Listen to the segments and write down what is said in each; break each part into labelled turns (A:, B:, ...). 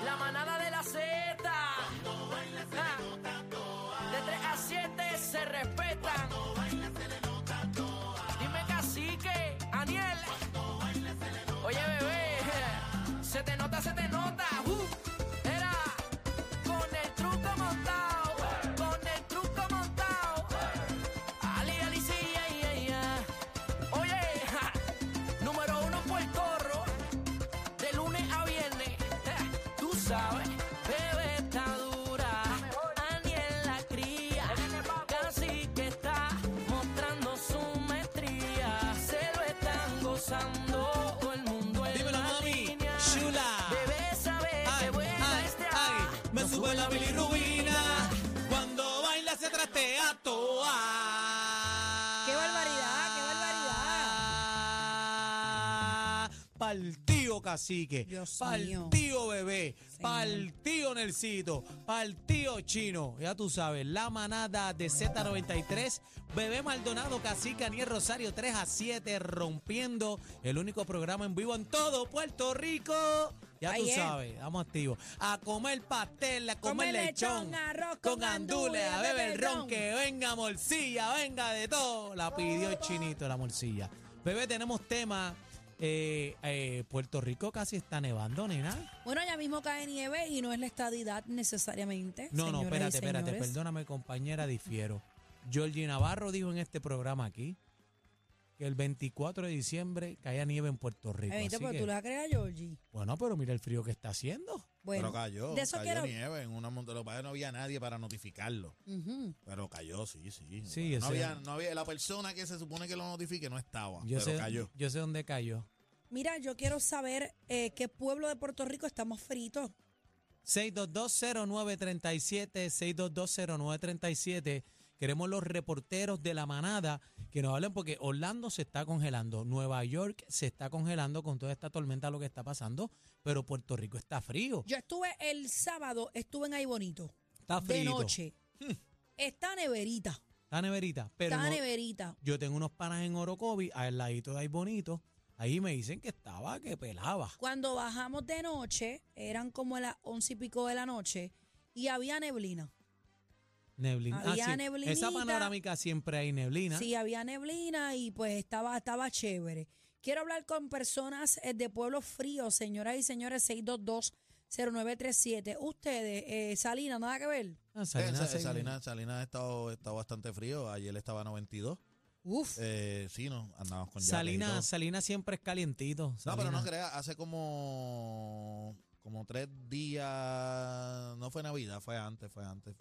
A: Ah. Uh, sabes, bebé está dura, Aniel la cría, casi que está mostrando su maestría, se lo están gozando todo el mundo en
B: Dímelo,
A: la
B: mami.
A: línea.
B: Chula.
A: Bebé sabe
B: Ay,
A: que este buena
B: ay,
A: está,
B: ay, me
A: No
B: sube la bilirrubina cuando baila se trastea toa.
C: ¡Qué barbaridad, qué barbaridad!
B: Partido cacique,
C: Dios mío.
B: partido bebé,
C: Señor.
B: partido Nelsito, partido chino. Ya tú sabes, la manada de Z93, bebé Maldonado, cacique, Aniel Rosario 3 a 7, rompiendo el único programa en vivo en todo Puerto Rico. Ya tú
C: Ahí es.
B: sabes, estamos activos. A comer pastel, a comer
C: Comer
B: lechón,
C: lechón, arroz
B: con
C: con
B: andule,
C: andule,
B: a beber el
C: beber
B: ron,
C: ron.
B: que venga morcilla, venga de todo. La pidió el chinito la morcilla. Bebé, tenemos tema. eh, eh, Puerto Rico casi está nevando, nena.
C: Bueno, ya mismo cae nieve y no es la estadidad necesariamente.
B: No, no,
C: señoras y
B: espérate, espérate,
C: señores.
B: perdóname, compañera, difiero. Georgie Navarro dijo en este programa aquí que el 24 de diciembre caía nieve en Puerto Rico.
C: Evita,
B: así
C: pero
B: que-
C: tú le vas a creer a Georgie.
B: Bueno, pero mira el frío que está haciendo.
C: Bueno,
D: pero cayó,
C: de eso
D: cayó
C: quiero.
D: nieve en una montaña. Lo que pasa es que no había nadie para notificarlo.
C: Ujú.
D: Pero cayó, sí, sí.
B: Sí,
D: no,
B: ese-
D: había, no había, la persona que se supone que lo notifique no estaba,
B: Yo
D: Ah, pero
B: sé,
D: cayó.
B: yo sé dónde cayó.
C: Mira, yo quiero saber eh, qué pueblo de Puerto Rico estamos fritos.
B: 6220937, 6220937. Queremos los reporteros de la manada que nos hablen porque Orlando se está congelando, Nueva York se está congelando con toda esta tormenta lo que está pasando, pero Puerto Rico está frío.
C: Yo estuve el sábado, estuve en Ahí Bonito.
B: Está frío.
C: De noche. Está neverita.
B: Está neverita, pero
C: está
B: no-
C: neverita.
B: yo tengo unos panas en Orocovi, al ladito de ahí bonito, ahí me dicen que estaba que pelaba.
C: Cuando bajamos de noche, eran como las once y pico de la noche, y había neblina.
B: Neblina. ah,
C: Había
B: sí. Esa
C: neblinita.
B: panorámica siempre hay neblina.
C: Sí, había neblina y pues estaba, estaba chévere. Quiero hablar con personas eh, de pueblos fríos, señoras y señores, 622-0937. Ustedes, eh, Salina, nada que ver.
B: Ah, Salinas,
D: Salinas,
B: sí.
D: Salinas, Salinas ha, estado, ha estado bastante frío. Ayer estaba a 92.
C: Uf,
D: Eh, sí, no, andábamos con jacket y todo.
B: Salinas, Salinas siempre es calientito.
D: No, pero no
B: Salinas.
D: creas, hace como como tres días, no fue Navidad, fue antes, fue antes.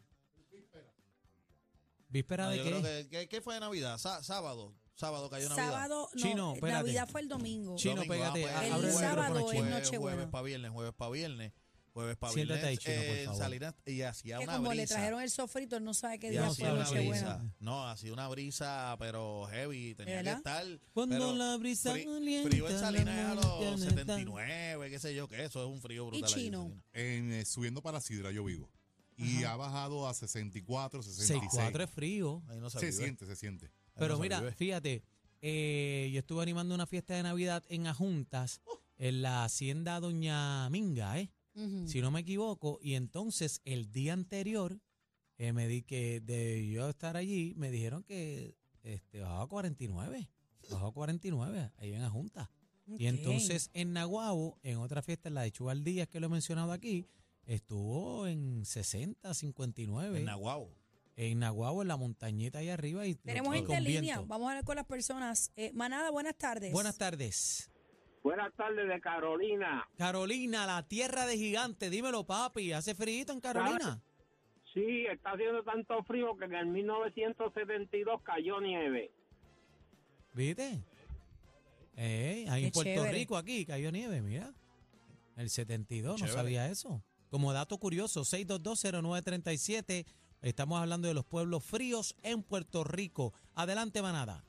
B: ¿Víspera
D: No,
B: de
D: yo
B: qué?
D: creo que, que- ¿qué fue Navidad? Sa- sábado, sábado cayó Navidad.
C: sábado, no,
B: Chino,
C: eh,
B: espérate.
C: Navidad fue el domingo.
B: Chino, pégate,
C: ah, pues, El
D: abre
C: sábado
D: micrófono,
C: es
D: chino.
C: Nochebuena.
D: Jueves para viernes, jueves para viernes, jueves para
B: Siéntate ahí,
D: viernes.
B: chino, por
D: en
B: favor.
D: Salinas, y hacía
C: que
D: una
C: como
D: brisa.
C: le trajeron el sofrito, él no sabe qué
D: y
C: día
B: no
C: fue
D: hacía
B: sabe,
D: una
C: Nochebuena.
D: brisa. No, hacía una brisa, pero heavy. Tenía que
C: ¿Verdad?
D: estar.
B: Cuando
D: pero
B: la brisa
D: fri-
B: calienta
D: Frío en
B: la
D: Salinas es a los
B: montaña está.
D: 79, qué sé yo, que eso es un frío brutal. allí en
C: chino?
D: Salinas.
E: en, eh, subiendo para Sidra, yo vivo. Y ha bajado a 64, 66.
B: 6-4 es frío.
D: Ahí no se
E: Se
D: vive.
E: siente, se siente.
B: Pero
D: no se
B: mira,
D: vive.
B: fíjate, eh, yo estuve animando una fiesta de Navidad en Ajuntas, en la hacienda Doña Minga, ¿eh?
D: Mm.
C: Ujú.
B: si no me equivoco, y entonces el día anterior eh, me di que de yo estar allí, me dijeron que este, bajaba a 49, bajaba a 49, ahí en la junta.
C: Ok.
B: Y entonces en Naguabo, en otra fiesta, en la de Chugal Díaz, que lo he mencionado aquí, estuvo en 60, 59.
D: En
B: En,
D: Nahuabo.
B: Naguabo, en la montañita ahí arriba. Y
C: Tenemos
B: y
C: gente
B: con
C: en línea.
B: viento.
C: Vamos a hablar con las personas. Eh, Manada, buenas tardes.
B: Buenas tardes.
F: Buenas tardes de Carolina.
B: Carolina, la tierra de gigantes. Dímelo, papi. ¿Hace frío en Carolina?
F: Sí, está haciendo tanto frío que en el 1972 cayó nieve.
B: ¿Viste? Eh, ahí
C: Qué
B: en Puerto
C: chévere.
B: Rico, aquí, cayó nieve, mira. El 72, no
D: Chévere.
B: sabía eso. Como dato curioso, 6220937, estamos hablando de los pueblos fríos en Puerto Rico. Adelante, manada.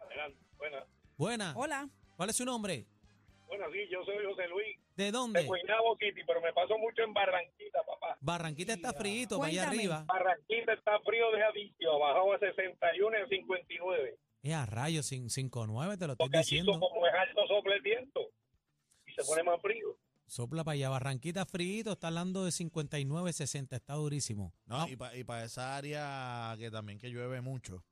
G: Adelante. Buenas.
B: Buena.
C: Hola.
B: ¿Cuál es su nombre?
G: Bueno, sí, yo soy José Luis
B: ¿De
G: de
B: dónde?
G: Guaynabo, Kitty, pero me paso mucho en Barranquita, papá.
B: Barranquita está frío, para allá
C: Cuéntame.
B: arriba.
G: Barranquita está frío de adicio, bajado a 61 en 59.
B: Es a rayos, cin- 59, te lo estoy
G: Porque allí
B: diciendo.
G: como es alto sopla el viento y se pone más frío.
B: Sopla para allá. Barranquita frío, está hablando de 59, 60, está durísimo.
D: No, y para esa área que también que llueve mucho.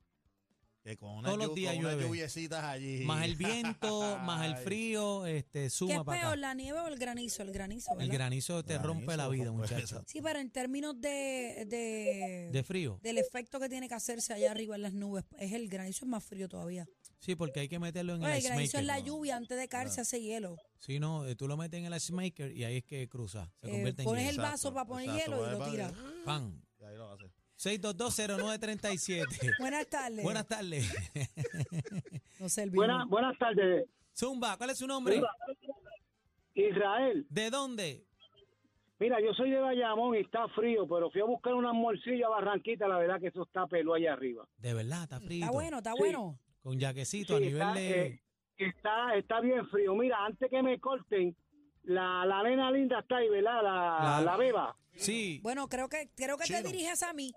D: Que con unas,
B: Todos los
D: llu-
B: días
D: con unas
B: llueve.
D: lluviecitas allí.
B: Más el viento, más el
D: Ay.
B: frío, este,
C: ¿Qué
B: suma
C: es
B: para acá.
C: peor, la nieve o el granizo? El granizo,
B: El
C: ¿verdad?
B: granizo te
D: Granizo,
B: rompe la vida,
D: pues,
B: muchacho.
C: Sí, pero en términos de, de,
B: De frío.
C: del efecto que tiene que hacerse allá arriba en las nubes, es el granizo es más frío todavía.
B: Sí, porque hay que meterlo en
C: Oye,
B: el
C: el
B: ice
C: granizo es
B: maker.
F: Ah.
C: la lluvia antes de caerse hace hielo.
B: Si no, eh, tú lo metes en el ice maker y ahí es que cruza. Se
C: Eh,
B: convierte en
C: pones
B: hielo.
C: el vaso para poner hielo y lo
D: para-
C: tira.
B: Pan.
D: Y ahí lo hace.
B: 6220937.
C: Buenas tardes.
B: Buenas tardes.
C: No servimos.
F: Buenas, buenas tardes,
B: Zumba, ¿cuál es su nombre?
F: Israel.
B: ¿De dónde?
F: Mira, yo soy de Bayamón y está frío, pero fui a buscar una morcilla a Barranquita, la verdad que eso está pelo allá arriba.
B: De verdad, está frío.
C: Está bueno, está
F: Sí.
C: bueno.
B: Con jaquecito
F: Sí,
B: a nivel
F: está,
B: de.
F: eh, está, está bien frío. Mira, antes que me corten, la, la nena linda está ahí, ¿verdad? La,
B: La-
F: la beba.
B: sí.
C: Bueno, creo que creo que te
B: Chino.
C: diriges a mí.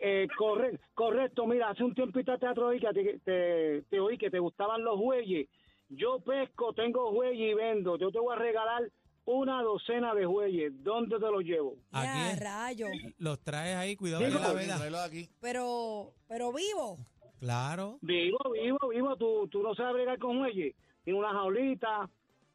F: Eh, corre- correcto, mira, hace un tiempito atrás te oí que te, te- te oí que te gustaban los jueyes. Yo pesco, tengo jueyes y vendo. Yo te voy a regalar una docena de jueyes. ¿Dónde te los llevo?
C: Ya,
B: Aquí es-
C: rayo.
B: los traes ahí, cuidado
D: Tráelo
B: con la
D: aquí,
B: vela.
D: tráelo aquí.
C: Pero, pero vivo.
B: Claro.
F: Vivo, vivo, vivo. Tú, tú no sabes bregar con jueyes. Tiene una jaulita,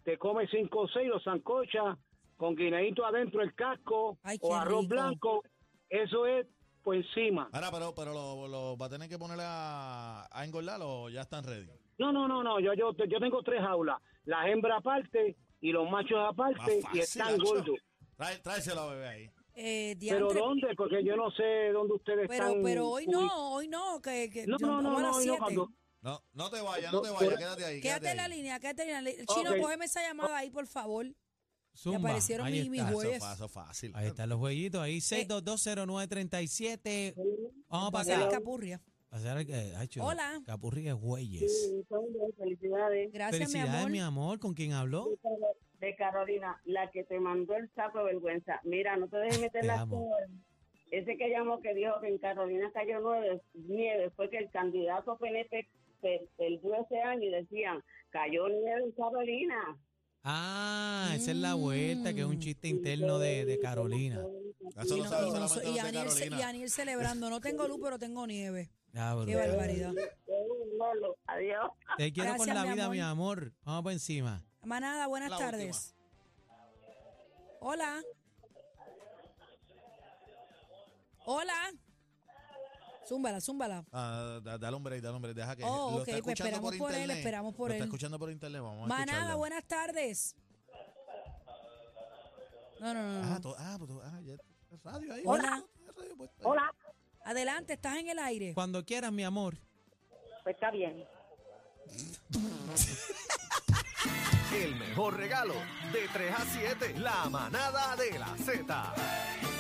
F: te comes cinco o seis, los zancochas, con guineíto adentro el casco
C: Ay, qué
F: o arroz
C: rico.
F: blanco. Eso es por encima.
D: Ahora, pero, pero lo, lo va a tener que poner a, a engordar o ya están ready.
F: No, no, no, no. Yo, yo, yo tengo tres jaulas. Las hembras aparte y los machos aparte
D: Más
F: y
D: fácil,
F: están
D: Nacho.
F: gordos.
D: Trae, tráeselo a bebé ahí.
C: Eh,
F: ¿Pero
C: diantre.
F: dónde? Porque yo no sé dónde ustedes
C: pero,
F: están.
C: pero hoy
F: ubicados.
C: no, hoy no. Que, que
F: No,
C: yo-
F: no, no,
C: vamos a
F: no,
C: las
F: hoy no,
C: siete.
F: cuando-
D: No, no te vayas, no
F: No,
D: te vayas,
F: pero-
D: quédate ahí.
C: Quédate en la
D: ahí.
C: línea, quédate en la línea. Chino,
F: Ok.
C: cógeme esa llamada ahí, por favor.
B: Zumba.
C: aparecieron
B: ahí
C: mis- mis
B: está.
D: Ah, Eso
C: Jueves.
D: es fa- eso es fácil.
B: Ahí están los jueguitos, ahí 6220937. Vamos a
C: Para hacer
B: pasar.
C: capurria.
B: pasar eh, ay, chulo,
C: Hola.
B: Capurri es Güeyes.
H: Felicidades
C: Gracias, mi
B: Felicidades,
C: amor.
B: mi amor, con quien habló.
H: de Carolina, la que te mandó el saco de vergüenza. Mira, no te dejes meter
B: Te
H: las
B: amo.
H: cosas. Ese que llamó que dijo que en Carolina cayó nueve, nieve, fue que el candidato PNP per- perdió ese año y decían, cayó nieve en Carolina.
B: Ah, esa es la
C: Mm.
B: vuelta, que es un chiste interno de, de Carolina.
D: Eso
C: Y,
D: lo
C: no-
D: sabe
C: y no-
D: solamente
C: y
D: José
C: Aniel, ce-
D: Carolina.
C: y Aniel celebrando. No tengo luz, pero tengo nieve.
B: Ah,
C: Qué
B: brutal.
C: barbaridad.
H: Lolo, Adiós.
B: Te quiero con
C: Gracias,
B: la
C: mi
B: vida,
C: amor.
B: mi amor. Vamos por encima.
C: Manada, buenas
D: La
C: tardes. Hola. Hola. Zúmbala, zúmbala.
D: Ah, da- dale un break, dale un break. Deja que
C: Oh,
D: lo
C: ok,
D: está
C: pues
D: escuchando
C: esperamos por él,
D: internet.
C: esperamos por
D: Lo está
C: él.
D: escuchando por internet, vamos a
C: Manada,
D: escucharlo.
C: buenas tardes. No, no, no. no.
D: Ah, to- ah, pues, tú- ah, ya- radio ahí.
C: Hola.
D: Radio, pues, ahí.
H: Hola,
C: Adelante, estás en el aire.
B: Cuando quieras, mi amor.
H: pues está bien.
I: El mejor regalo de 3 a 7, la manada de la Z.